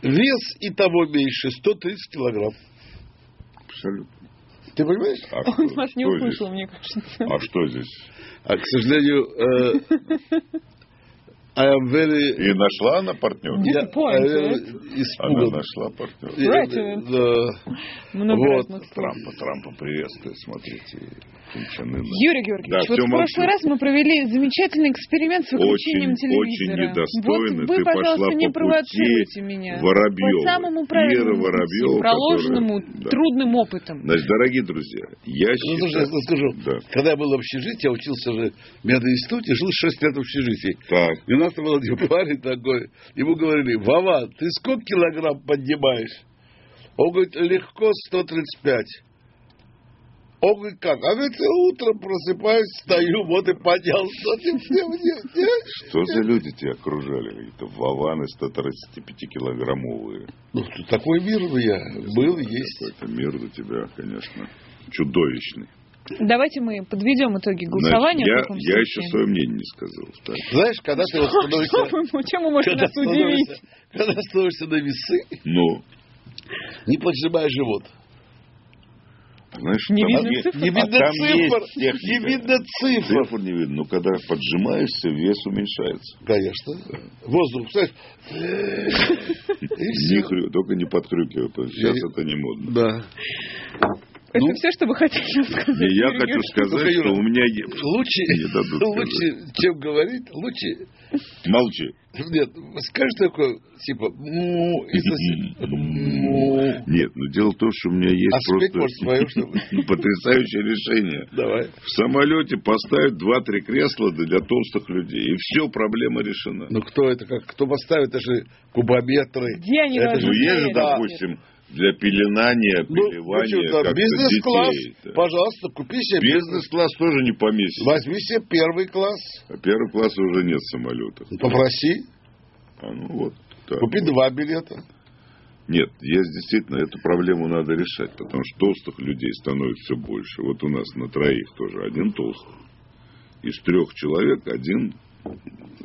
Вес и того меньше, 130 килограмм.
Абсолютно.
Ты понимаешь?
А
Он
кто-
нас не
кто
услышал,
здесь?
мне кажется.
А что здесь?
А, к сожалению, э, I am very...
И нашла она партнера?
я-
Disappointed.
I am
Она
испуган.
нашла партнера.
Э, э,
Right.
да.
Много
Вот,
раз мы слышали.
Трампа, Трампа приветствую, смотрите. Ким Чен Ына.
Юрий Георгиевич,
Да,
вот
всё
в прошлый
молчу.
раз мы провели замечательный эксперимент с выключением
Очень,
телевизора.
очень недостойно.
Вот вы,
Ты
пожалуйста, не
пошла по пути
провоцируйте меня.
Воробьёва.
По самому
Веры
правильному
Воробьёва,
пути, проложенному
которая- да.
трудным опытом.
Значит, дорогие друзья, я
Ну, слушай,
считаю...
я скажу.
Да.
Когда я был в общежитии, я учился же в мединституте, жил 6 лет в общежитии.
Так,
И у нас там был один парень такой, ему говорили, Вова, ты сколько килограмм поднимаешь? Он говорит, легко 135. Он говорит, как? А говорит, «Я утром просыпаюсь, стою, вот и поднял 135.
что за люди тебя окружали? Это ваваны 135-килограммовые.
Ну, тут такой мир у меня был, есть.
Какой-то мир у тебя, конечно, чудовищный.
Давайте мы подведем итоги голосования.
Значит,
в таком
я, я еще
случае.
свое мнение не сказал. Так.
Знаешь, когда ты вот
Что
становишься...
вы- Чем вы можете
Когда
нас удивить?
становишься, когда становишься на весы,
Но,
не поджимай живот.
знаешь,
Не
там
видно
е-
цифр?
Не
а
видно
там
цифр.
есть
Не
техника.
видно цифр.
Цифр не видно, но когда поджимаешься, вес уменьшается.
Конечно. Воздух, знаешь. И
Не
всё.
хрю, только не подкрюкивай, потому что сейчас
Я-
это не модно.
Да.
Это
Ну.
все, что вы хотели нам сказать?
И я
Юрий
хочу
Георгиевич?
сказать,
Юра,
что у меня есть...
Лучше,
Не дадут
лучше, чем говорить, лучше.
Молчи.
Нет, скажешь такое, типа, му, и соси- му.
Нет, но дело в том, что у меня есть
А спеть,
просто Ну,
может, своё, что ли?
потрясающее решение.
Давай.
В самолете поставить два-три кресла для толстых людей. И все, проблема решена.
Ну кто это, как, кто поставит, это же кубометры.
Где они
Это
Ну,
же
есть же,
да.
допустим, для пеленания,
Ну,
пеливания
ну, чё там,
как-то
бизнес-класс,
детей. Да.
пожалуйста, купи себе бизнес.
Бизнес-класс тоже не поместится.
Возьми себе первый класс,
А первый класс уже нет самолета.
Ну, попроси,
А ну вот. так
купи
вот.
два билета.
Нет, есть действительно, эту проблему надо решать, потому что толстых людей становится все больше. Вот у нас на троих тоже один толстый. Из трех человек один...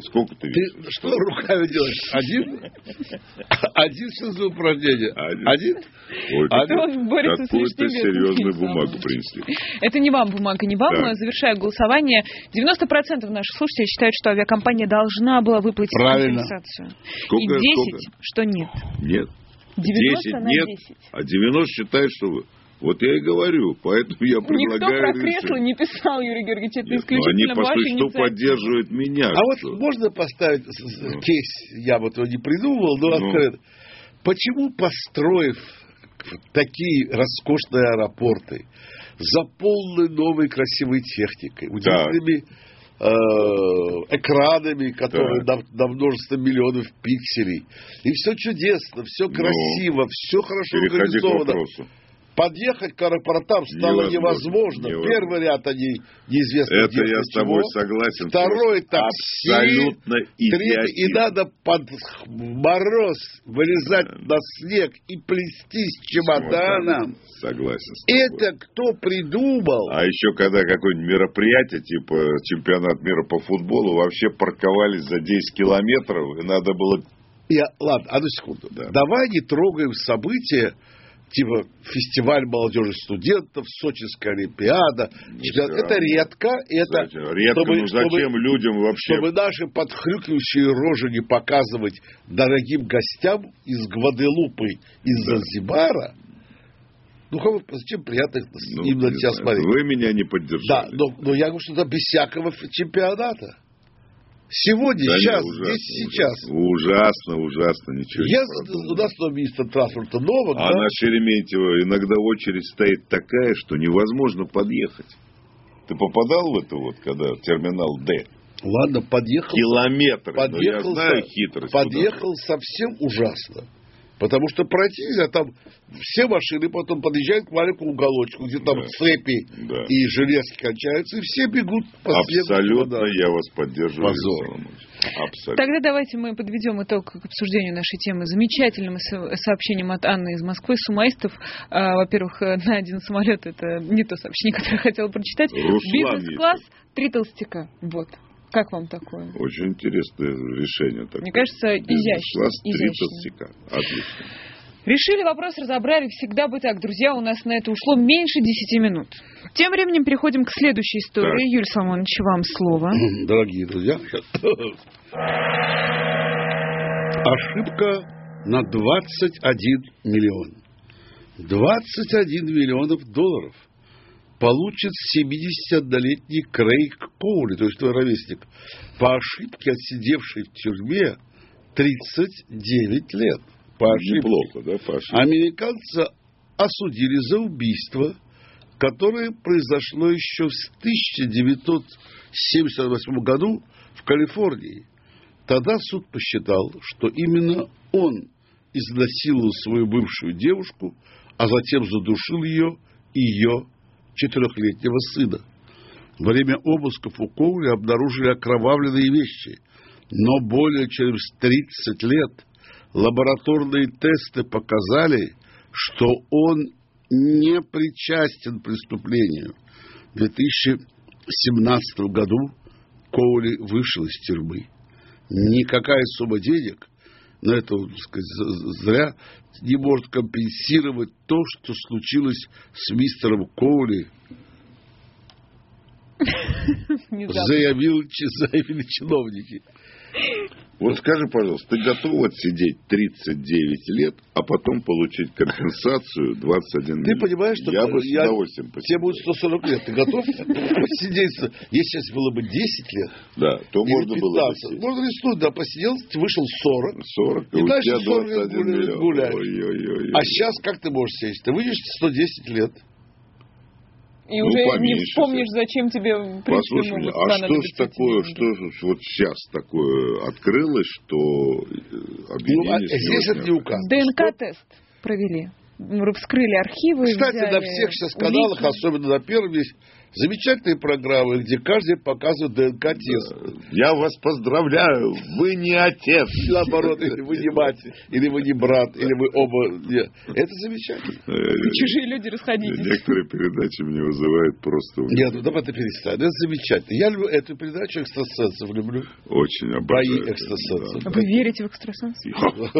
Сколько ты
Ты
весишь?
что руками делаешь? Один? Один сейчас за упражнение.
Один.
Один?
Ой,
А
какой-
он борется с
какую ты
лишним ну, весом,
серьезную
Михаил
бумагу
Павлович.
принесли.
Это не вам бумага, не вам.
Да.
но Завершая голосование, 90% наших слушателей считают, что авиакомпания должна была выплатить
Правильно.
компенсацию.
Сколько-
И 10,
сколько?
что нет.
Нет.
90
10
на
нет,
10.
а 90 считает, что... вы- Вот я и говорю, поэтому я
Никто про
предлагаю
кресло
решить.
не писал, Юрий Георгиевич. Это
Нет, ну, они,
исключительно
по
ваша
сути, что
инициатива.
поддерживают меня.
А вот
что-
можно поставить с- с- кейс, я вот его не придумывал, но
Ну.
открыто. Почему, построив такие роскошные аэропорты, заполненные новой красивой техникой, удивительными э, экранами, которые на, на множество миллионов пикселей, и все чудесно, все
Ну.
красиво, все хорошо
Переходи к
организовано,
вопросу.
подъехать к аэропортам стало
Невозможно,
невозможно.
невозможно.
Первый ряд они неизвестно.
Это
где,
я
для
с тобой
чего.
согласен.
Второй
Просто
такси.
Абсолютно
Третий, и
идиотизм.
надо под мороз вылезать на снег и плестись чемоданом.
Согласен. с тобой.
Это кто придумал?
А еще когда какое-нибудь мероприятие, типа чемпионат мира по футболу, вообще парковались за 10 километров, и надо было...
Я, ладно, а одну секунду.
Да.
Давай не трогаем события, типа фестиваль молодежи студентов, Сочинская Олимпиада.
всё
это
равно.
редко, это
Зачем? Редко,
чтобы-
ну зачем
чтобы-
людям вообще...
чтобы наши подхрюкивающие рожи не показывать дорогим гостям из Гваделупы, из Занзибара, ну, кому- зачем приятно их с-
Ну,
им на
не
тебя
знаю,
смотреть?
Вы меня не
Да, ну,
поддержали.
но, но я говорю, что это без всякого ф- чемпионата. Сегодня,
Да не,
сейчас,
ужасно,
здесь, и сейчас.
Ужасно, ужасно, ничего не
Я,
продумал.
у нас новый министр транспорта Новак,
А
да?
на Шереметьево иногда очередь стоит такая, что невозможно подъехать. Ты попадал в это вот, когда терминал Д?
Ладно, подъехал.
Километр. я
подъехал,
знаю
со-
хитрость. ну
подъехал совсем ужасно. Потому что пройти нельзя, там все машины потом подъезжают к маленькому уголочку, где там
Да.
цепи
Да.
и железки кончаются, и все бегут по следу
Абсолютно
туда.
я вас поддерживаю.
Позор.
Александр Иванович. Абсолютно.
Тогда давайте мы подведем итог к обсуждению нашей темы замечательным со- сообщением от Анны из Москвы. Сумаистов, э, во-первых, э, на один самолет, это не то сообщение, которое я хотела прочитать.
Руслан
Бизнес-класс, три толстяка. Вот. Как вам такое?
Очень интересное решение. Такое.
Мне кажется, изящно.
Класс
изящно.
30 секунд. Отлично.
Решили вопрос, разобрали. Всегда бы так, друзья, у нас на это ушло меньше 10 минут. Тем временем переходим к следующей истории. Юрий Соломонович, вам слово.
Дорогие друзья, ошибка на 21 миллион. 21 миллионов долларов получит 71-летний Крейг Коули, то есть твой ровесник, по ошибке отсидевший в тюрьме 39 лет. По ошибке.
Неплохо, да,
А-
Паша?
Американца осудили за убийство, которое произошло еще в 1978 году в Калифорнии. Тогда суд посчитал, что именно он изнасиловал свою бывшую девушку, а затем задушил ее и ее четырехлетнего сына. Во время обысков у Коули обнаружили окровавленные вещи, но более чем с 30 лет лабораторные тесты показали, что он не причастен к преступлению. В 2017 году Коули вышел из тюрьмы. Никакая сумма денег, на это так сказать, зря, не может компенсировать то, что случилось с мистером Коули заявил, заявили чиновники.
Вот скажи, пожалуйста, ты готов отсидеть 39 лет, а потом получить компенсацию 21
Ты понимаешь, что
я бы с
я,
удовольствием посидел.
тебе будет 140 лет. Ты готов посидеть? Если сейчас было бы 10 лет,
Да, то
или
можно было бы
15,
сидеть.
можно рискнуть, да, посидел, вышел а 40,
40,
И
у
дальше
тебя
40 лет
21
гуляешь,
миллион.
гуляешь.
Ой-ой-ой.
а сейчас как ты можешь сесть? Ты выйдешь 110 лет.
И
Ну,
уже не
поменьше.
вспомнишь, зачем тебе причины
Послушай меня,
могут
а что ж
понадобиться
такое,
тебе.
что же вот сейчас такое открылось, что э,
Ну, а
объединение
здесь это не
сегодня-
указ.
ДНК-тест провели. М, Вскрыли архивы.
Кстати,
взяли
на всех сейчас каналах,
улики.
особенно на первом, есть замечательные программы, где каждый показывает ДНК-тест.
Я вас поздравляю, вы не отец.
Или наоборот, или вы не мать, или вы не брат, или вы оба... не- Это замечательно.
Э,
Чужие люди расходитесь.
Некоторые передачи меня вызывают просто
Нет, ну давай ты перестань. Это замечательно. Я люблю эту передачу экстрасенсов, люблю.
очень
Бои
обожаю.
экстрасенсов.
Вы верите в экстрасенсов?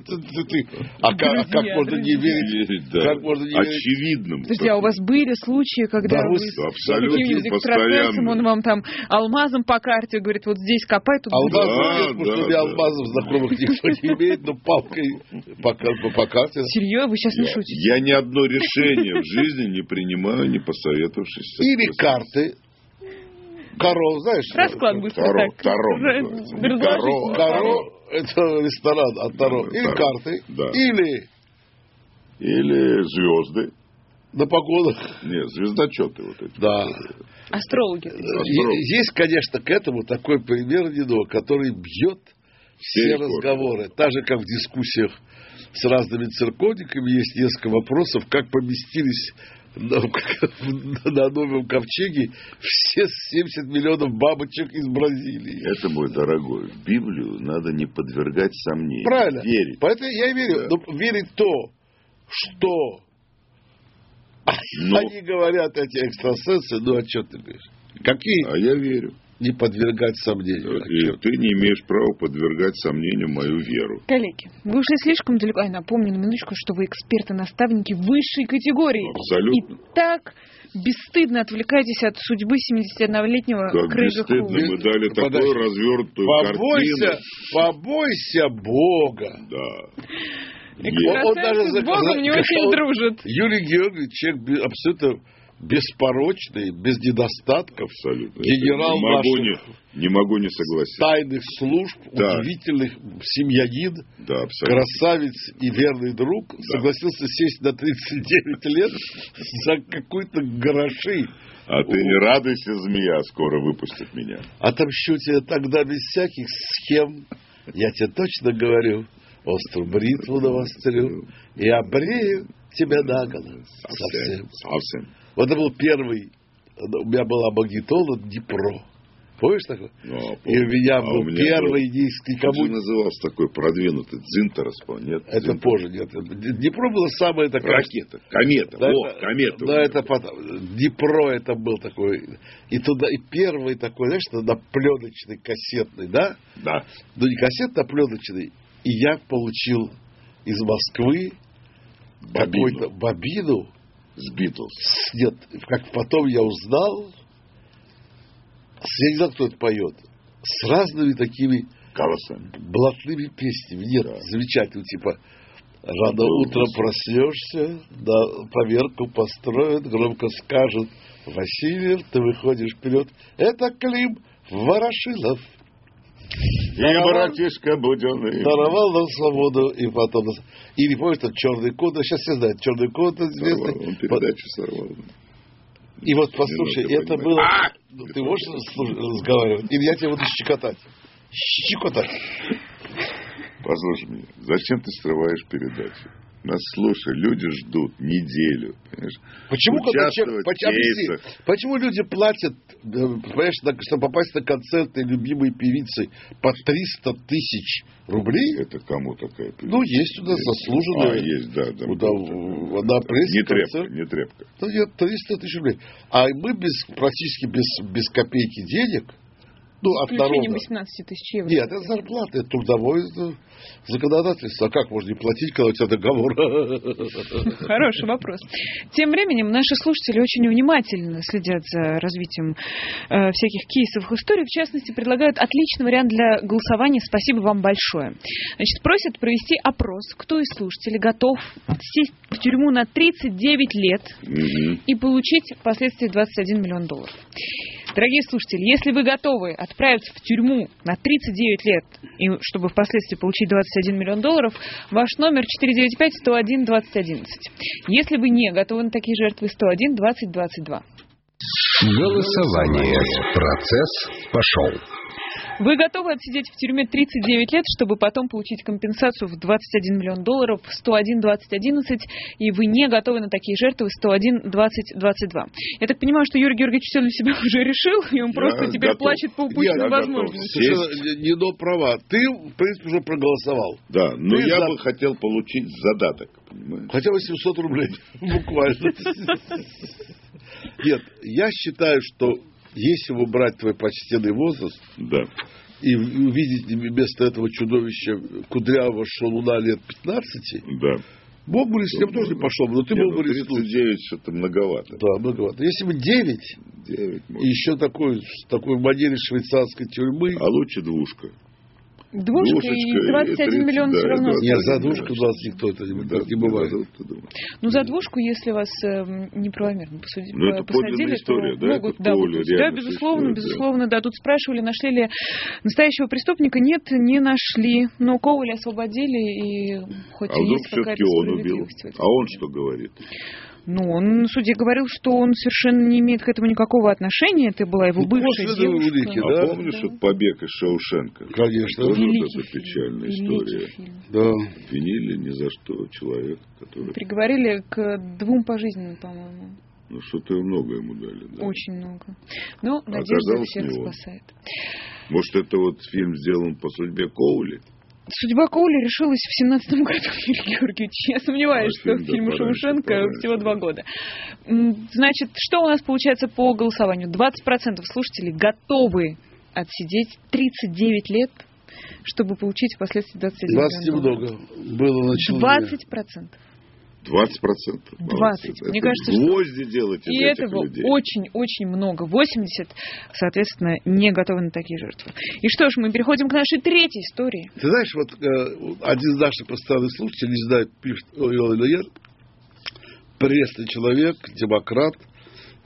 Ты- ты- ты. А как а как
Друзья,
можно не
друзья.
верить?
Да.
Как можно не верить?
Очевидному.
Подожди, а у вас были случаи, когда
Да,
вы с
вы-
абсолютно,
каким-нибудь экстрасенсом,
постоянно.
он вам там алмазом по карте говорит, вот здесь копай, тут...
Алмаз,
Да,
да, потому что
да,
у меня
да.
алмазов знакомых никто не имеет, но палкой по кар- по карте.
Серьезно? Вы сейчас не шутите?
Я ни одно решение в жизни не принимаю, не посоветовавшись.
Или карты. Коро, знаешь? что
Расклад
такое?
быстро
Таро,
так.
таро
Раз-
называется.
разложите.
Таро.
Коро – это ресторан, а Таро.
Да,
Или
Таро.
карты,
Да.
или
Или звезды.
на погодах.
Нет, звездочеты вот эти.
Да.
Астрологи.
Астролог.
Э, Е- Есть, конечно, к этому такой пример Нидо, который бьет
Все
все
рекорды.
разговоры. Так же, как в дискуссиях с разными церковниками есть несколько вопросов, как поместились на, на новом ковчеге все 70 миллионов бабочек из Бразилии.
Это, мой дорогой, в Библию надо не подвергать сомнению.
Правильно.
Верить.
Поэтому я и верю.
Да.
Но верить то, что
Ну.
они говорят, эти экстрасенсы, ну а что ты говоришь? Какие
А Э, я верю.
не подвергать сомнению? А
И
чё?
ты не имеешь права подвергать сомнению мою веру.
Коллеги, вы ушли слишком далеко. Ай, напомню на минуточку, что вы эксперты-наставники высшей категории.
Абсолютно.
И так бесстыдно отвлекаетесь от судьбы 71-летнего
Как
Крейга
бесстыдно
Хоула.
мы дали
А, Подожди.
такую развернутую
Побойся,
картину.
побойся Бога.
Да.
Он- он даже
Экстрасенсы с
за-
Богом
за-
не очень
он-
дружат.
Юрий Георгиевич, человек бе- абсолютно беспорочный, без недостатков,
Абсолютно.
Генерал
не могу,
наших-
не, не могу не согласиться.
тайных служб,
Да.
удивительных семьянин,
Да, абсолютно.
красавец и верный друг, согласился сесть на 39 лет за какой-то гроши.
А ты не радуйся, змея, скоро выпустят меня.
Отомщу тебя А тогда без всяких схем, я тебе точно говорю, острую бритву навострю и обрею тебя наголо совсем.
Совсем.
Вот это был первый. ну, У меня была магнитола Днепро. Помнишь такое?
Ну, а
И у меня
а
был
у меня
первый
был-
диск.
Как
Никому...
же назывался такой продвинутый Дзинтерос, по-моему, нет?
Это
Дзинтерос.
позже. Нет. Днепро было самое такое...
Ракета, комета,
Да,
вот,
это-
комета. у
Да,
меня.
это потом. Днепро это был такой. И туда, и первый такой, знаешь, на пленочный, кассетный, да?
Да.
Ну, не кассетный, а пленочный. И я получил из Москвы
Бобину.
какую-то бобину.
С Битлз.
Нет, как потом я узнал, с- я не знал, кто это поет, с разными такими
Голосами.
блатными песнями. Нет, замечательно, типа Рано
Был
утром
вкус.
проснешься, да, проверку построят, громко скажут, Васильев, ты выходишь вперед. Это Клим Ворошилов.
И братишка буденный.
Даровал нам свободу и потом... нас- Или помнишь, там черный код, сейчас все знают, черный код
Сорвал,
известный.
Он передачу сорвал.
И вот послушай,
Минуту,
это
понимаю.
было...
А!
Ну, Ты можешь слу- разговаривать? Или я тебя буду щекотать? Щекотать.
Послушай меня, зачем ты срываешь передачу? Нас слушай, люди ждут неделю. Понимаешь?
Почему, когда
Участвовать
человек, поч-
в
объясни,
рейсах.
почему люди платят, э, понимаешь, на- чтобы попасть на концерты любимой певицы по 300 тысяч рублей?
Это кому такая певица?
Ну, есть у нас
Есть.
заслуженная.
А, есть, да, да.
Куда в- на прессе
Не трепка,
концерт.
не трепка.
Да нет, 300 тысяч рублей. А мы без, практически без, без копейки денег, ну, от
Включением
народа.
18 тысяч евро.
Нет, это зарплата, это трудовое э, законодательство. А как можно не платить, когда у тебя договор?
Хороший вопрос. Тем временем наши слушатели очень внимательно следят за развитием э, всяких кейсовых историй. В частности, предлагают отличный вариант для голосования. Спасибо вам большое. Значит, просят провести опрос, кто из слушателей готов сесть в тюрьму на 39 лет
Мгм.
и получить впоследствии 21 миллион долларов. Дорогие слушатели, если вы готовы отправиться в тюрьму на 39 лет, и чтобы впоследствии получить 21 миллион долларов, ваш номер 495-101-2011. Если вы не готовы на такие жертвы, 101-2022.
Голосование. Процесс пошел.
Вы готовы отсидеть в тюрьме 39 лет, чтобы потом получить компенсацию в 21 миллион долларов, 101-2011, и вы не готовы на такие жертвы, 101-2022. Я так понимаю, что Юрий Георгиевич все для себя уже решил, и он
Я
просто теперь
готов.
плачет по упущенным
Я готов.
возможностям.
Слушай, ну, не до права. Ты, в принципе, уже проголосовал.
Да, но
Ты
я
за-
бы хотел получить задаток, понимаешь?
Хотя бы 700 рублей. Буквально. Нет, я считаю, что если убрать твой почтенный возраст
Да.
и увидеть вместо этого чудовища кудрявого шалуна лет 15,
Да.
Бог бы с ним тоже пошел, бы, но ты
Не,
мог
ну,
бы рискнуть.
39 что-то многовато.
Да, многовато. Если бы 9,
9,
и
может.
еще такой, в такой манере швейцарской тюрьмы,
А лучше двушка.
Двушка и 21 миллион все равно.
да. Нет, за двушку у нас никто это не- так не бывает.
Ну, за двушку, если вас эм, неправомерно посуди-
Ну, это
э, посадили,
подлинная история,
то
да,
могут,
это в
да,
поле
выпустить.
реально
Да, безусловно,
существует, да.
безусловно, да. Тут спрашивали, нашли ли настоящего преступника. Нет, не нашли. Но Коваля освободили, и хоть
А
и
вдруг
есть какая-то
все-таки он убил?
справедливость в этом.
А он что говорит?
Ну, он, судья, говорил, что он совершенно не имеет к этому никакого отношения. Это была его
Ну,
бывшая
после этого
девушка.
улики,
А
Да,
помнишь вот побег из Шоушенка?
Конечно.
Тоже вот
Великий
эта
фильм,
печальная
великий
история.
фильм.
да.
Винили ни за что человека, который...
Приговорили к двум пожизненным, по-моему.
Ну, что-то много ему дали. да.
Очень много. Но надежда
Оказалось,
всех
не он.
спасает.
Может, это вот фильм сделан по судьбе Коули?
Судьба Коули решилась в 17 году, Юрий Георгиевич. Я сомневаюсь,
А
что
фильм, да,
фильму
пораньше,
Шоушенка
пораньше,
всего
да.
два года. М, Значит, что у нас получается по голосованию? 20% слушателей готовы отсидеть 39 лет, чтобы получить впоследствии 21
20
миллион долларов.
немного было
20%.
начало.
20 процентов.
20. Мне кажется, что-
гвозди делать из
И
этих
этого
людей.
очень-очень много. 80, соответственно, не готовы на такие жертвы. И что ж, мы переходим к нашей третьей истории.
Ты знаешь, вот э, один из наших постоянных слушателей, не знаю, пишет ой, он или нет, пресный человек, демократ,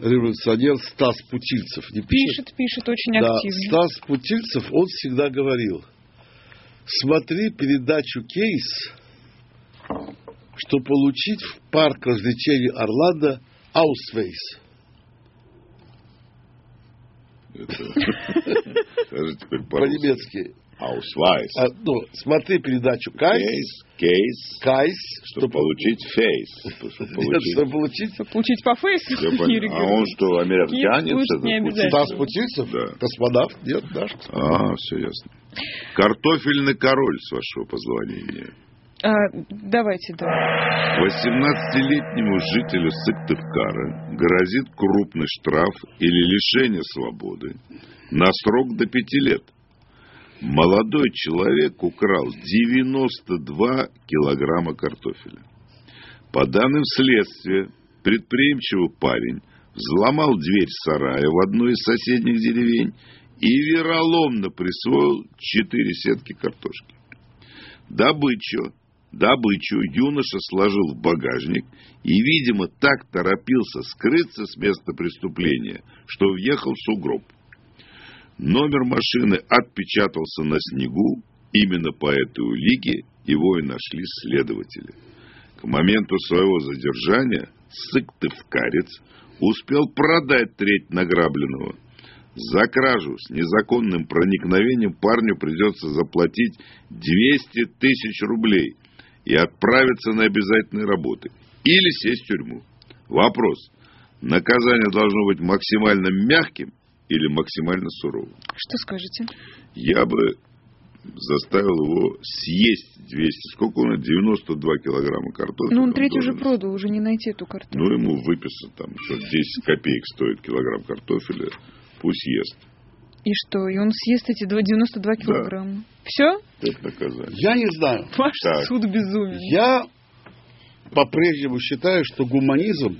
революционер Стас Путильцев. Не пишет?
Пишет, пишет очень
Да,
активно.
Стас Путильцев, он всегда говорил, смотри передачу «Кейс», что получить в парк развлечений Орландо Аусвейс.
Даже теперь по-русски.
По-немецки.
Ausweis.
А, ну, смотри передачу «Кайс»,
Кейс, кейс,
«Кайс»,
чтобы получить фейс. Чтобы
Нет,
получить-
чтобы получить
Получить по фейсу,
Я понял.
Юрий
А он
Георгиевич.
что, американец?
слушать
этот
не
Путин?
обязательно.
Стас Путильцев?
Да.
Космонавт? Нет, наш.
А, все ясно. Картофельный король, с вашего позволения.
А, давайте, да.
18-летнему жителю Сыктывкара грозит крупный штраф или лишение свободы на срок до пяти лет. Молодой человек украл 92 килограмма картофеля. По данным следствия, предприимчивый парень взломал дверь сарая в одной из соседних деревень и вероломно присвоил четыре сетки картошки. Добычу, добычу юноша сложил в багажник и, видимо, так торопился скрыться с места преступления, что въехал в сугроб. Номер машины отпечатался на снегу, именно по этой улике его и нашли следователи. К моменту своего задержания Сыктывкарец успел продать треть награбленного. За кражу с незаконным проникновением парню придется заплатить 200 тысяч рублей. и отправиться на обязательные работы. Или сесть в тюрьму. Вопрос. Наказание должно быть максимально мягким или максимально суровым?
Что скажете?
Я бы заставил его съесть 200. Сколько он? 92 килограмма картофеля.
Ну, он третий уже продал, уже не найти эту картофель.
Ну, ему выписано там еще 10 копеек стоит килограмм картофеля. Пусть ест.
И что? И он съест эти 92 килограмма. Да. Все?
Это наказание.
Я не знаю.
Ваш так. суд безумен.
Я по-прежнему считаю, что гуманизм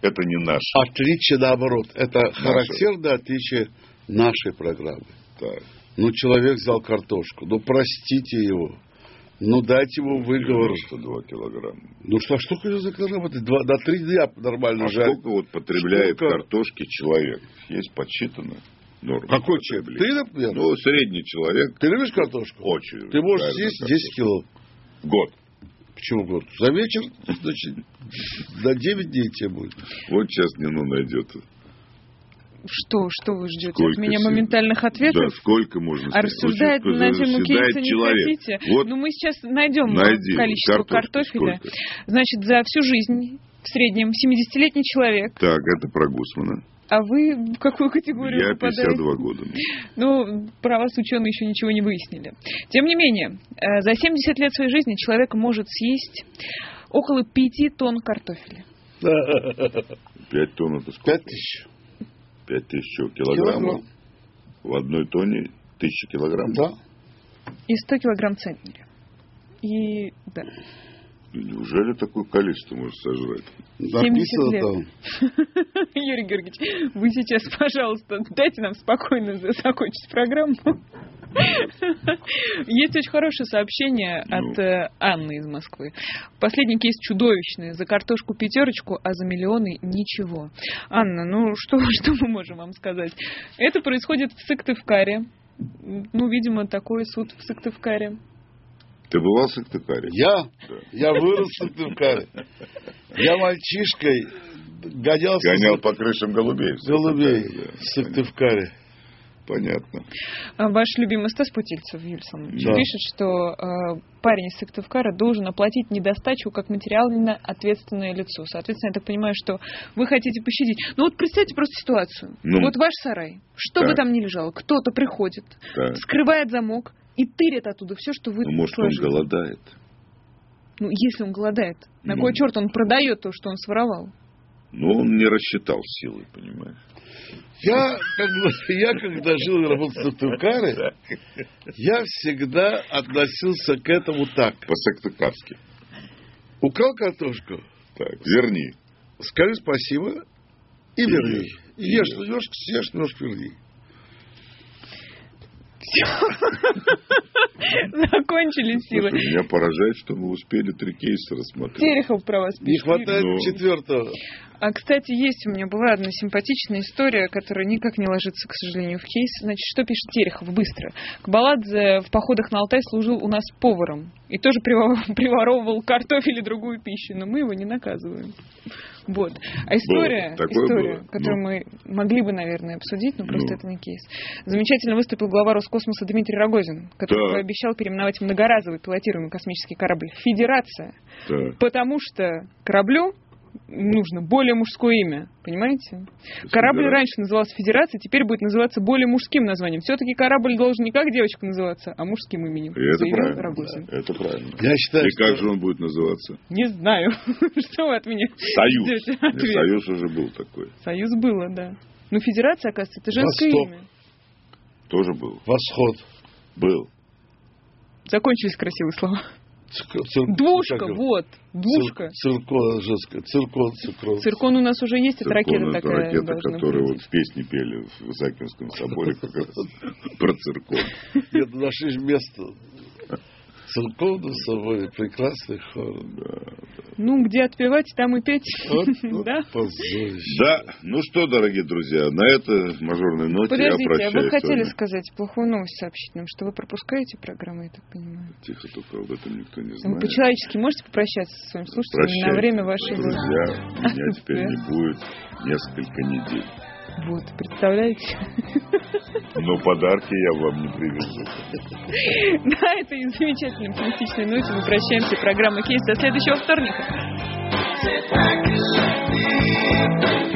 это не наш.
А. Отличие наоборот. Это Наша. характерное отличие нашей программы.
Так.
Ну, человек взял картошку. Ну, простите его. Ну, дайте ему выговор.
92 килограмма.
Ну, что, сколько же за килограмм? Это два, на три дня нормально
а
жарить.
сколько вот потребляет сколько? картошки человек? Есть подсчитано?
Норма Какой человек? Ты, например?
Ну, средний человек.
Ты любишь картошку?
Очень.
Ты можешь съесть картошку. 10 кило.
Год.
Почему год? За вечер, значит, до 9 дней тебе будет.
Вот сейчас Нину найдет.
Что? Что вы ждете? Сколько От меня всего? моментальных ответов?
Да, сколько можно
сказать? А рассуждает вот на тему Кейса не
человек.
хотите?
Вот.
Ну, мы сейчас найдем
Найди.
количество
Картошки
картофеля. Сколько? Значит, за всю жизнь в среднем 70-летний человек.
Так, это про Гусмана.
А вы в какую категорию
Я
попадаете?
52 года.
Ну, про вас ученые еще ничего не выяснили. Тем не менее, э, за 70 лет своей жизни человек может съесть около 5 тонн картофеля.
5 тонн это сколько?
5 тысяч.
5 тысяч килограммов. Килограмм. В одной тонне тысяча килограммов?
Да.
И 100 килограмм центнеря. И да.
Неужели такое количество может сожрать?
70 лет. Там. Юрий Георгиевич, вы сейчас, пожалуйста, дайте нам спокойно закончить программу. Есть очень хорошее сообщение ну. от э, Анны из Москвы. Последний кейс чудовищный. За картошку пятерочку, а за миллионы ничего. Анна, ну что, что мы можем вам сказать? Это происходит в Сыктывкаре. Ну, видимо, такой суд в Сыктывкаре.
Ты бывал в Сыктывкаре?
Я? Да. Я вырос в Сыктывкаре. Я мальчишкой гонялся...
Гонял в... по крышам голубей. В
голубей в Сыктывкаре.
Понятно.
А Ваш любимый Стас Путильцев, Юль Александрович, да. пишет, что э, парень из Сыктывкара должен оплатить недостачу как материально ответственное лицо. Соответственно, я так понимаю, что вы хотите пощадить. Ну вот представьте просто ситуацию. Ну. Вот ваш сарай, что так. бы там ни лежало, кто-то приходит, так. скрывает замок, и тырят оттуда все, что вы
Ну, может, сложили. он голодает.
Ну, если он голодает, на ну. кой черт он продает то, что он своровал?
Ну, он не рассчитал силы, понимаешь?
Я, когда, я, когда жил и работал в Сыктывкаре, я всегда относился к этому так.
По-сыктывкарски.
Украл картошку?
Так, верни.
Скажи спасибо и верни. И ешь немножко, съешь немножко, верни.
Все. Закончились силы.
Меня поражает, что мы успели три кейса рассмотреть.
Терехов про вас
Не хватает
Ну.
Но... четвертого.
А, кстати, есть у меня была одна симпатичная история, которая никак не ложится, к сожалению, в кейс. Значит, что пишет Терехов? Быстро. Кабаладзе в походах на Алтай служил у нас поваром. И тоже приворовывал картофель и другую пищу. Но мы его не наказываем. Вот. А история,
было. Такое
история
было.
которую ну. мы могли бы, наверное, обсудить, но просто ну. это не кейс. Замечательно выступил глава Роскосмоса Дмитрий Рогозин, который да. пообещал переименовать многоразовый пилотируемый космический корабль «Федерация»,
да.
потому что кораблю нужно более мужское имя, понимаете? Есть, корабль да. раньше назывался Федерация, теперь будет называться более мужским названием. Все-таки корабль должен не как девочка называться, а мужским именем.
И это правильно. Рогозин. Да, это правильно.
Я считаю,
И
что...
как же он будет называться?
Не знаю. что вы от меня
Союз. Ждете? Нет, союз уже был такой.
Союз было, да. Ну, Федерация, оказывается, это женское
Восток.
имя.
Тоже был.
Восход.
Был.
Закончились красивые слова.
Цирко,
Ну,
цирко,
двушка, вот, двушка.
Циркон, жестко, циркон, циркон.
Циркон у нас уже есть, это ракета
это
такая.
ракета, которую вот в песне пели в Исаакиевском соборе как раз про циркон.
Нет, нашли же место. Циркон на соборе, прекрасный хор.
Ну, где отпевать, там и петь.
Вот,
да?
да, ну что, дорогие друзья, на это мажорной ноте
Подождите,
я прощаюсь.
а вы хотели
вами.
сказать плохую новость сообщить нам, что вы пропускаете программу, я так понимаю?
Тихо, только об этом никто не
Вы
знает.
по-человечески можете попрощаться со своим слушателем
Прощайте,
на время вашего...
друзья, у меня
отсутствия?
теперь не будет несколько недель.
Вот, представляете?
Но подарки я вам не привезу.
Да, это и замечательной оптимистичной ночью мы прощаемся. Программа «Кейс» до следующего вторника.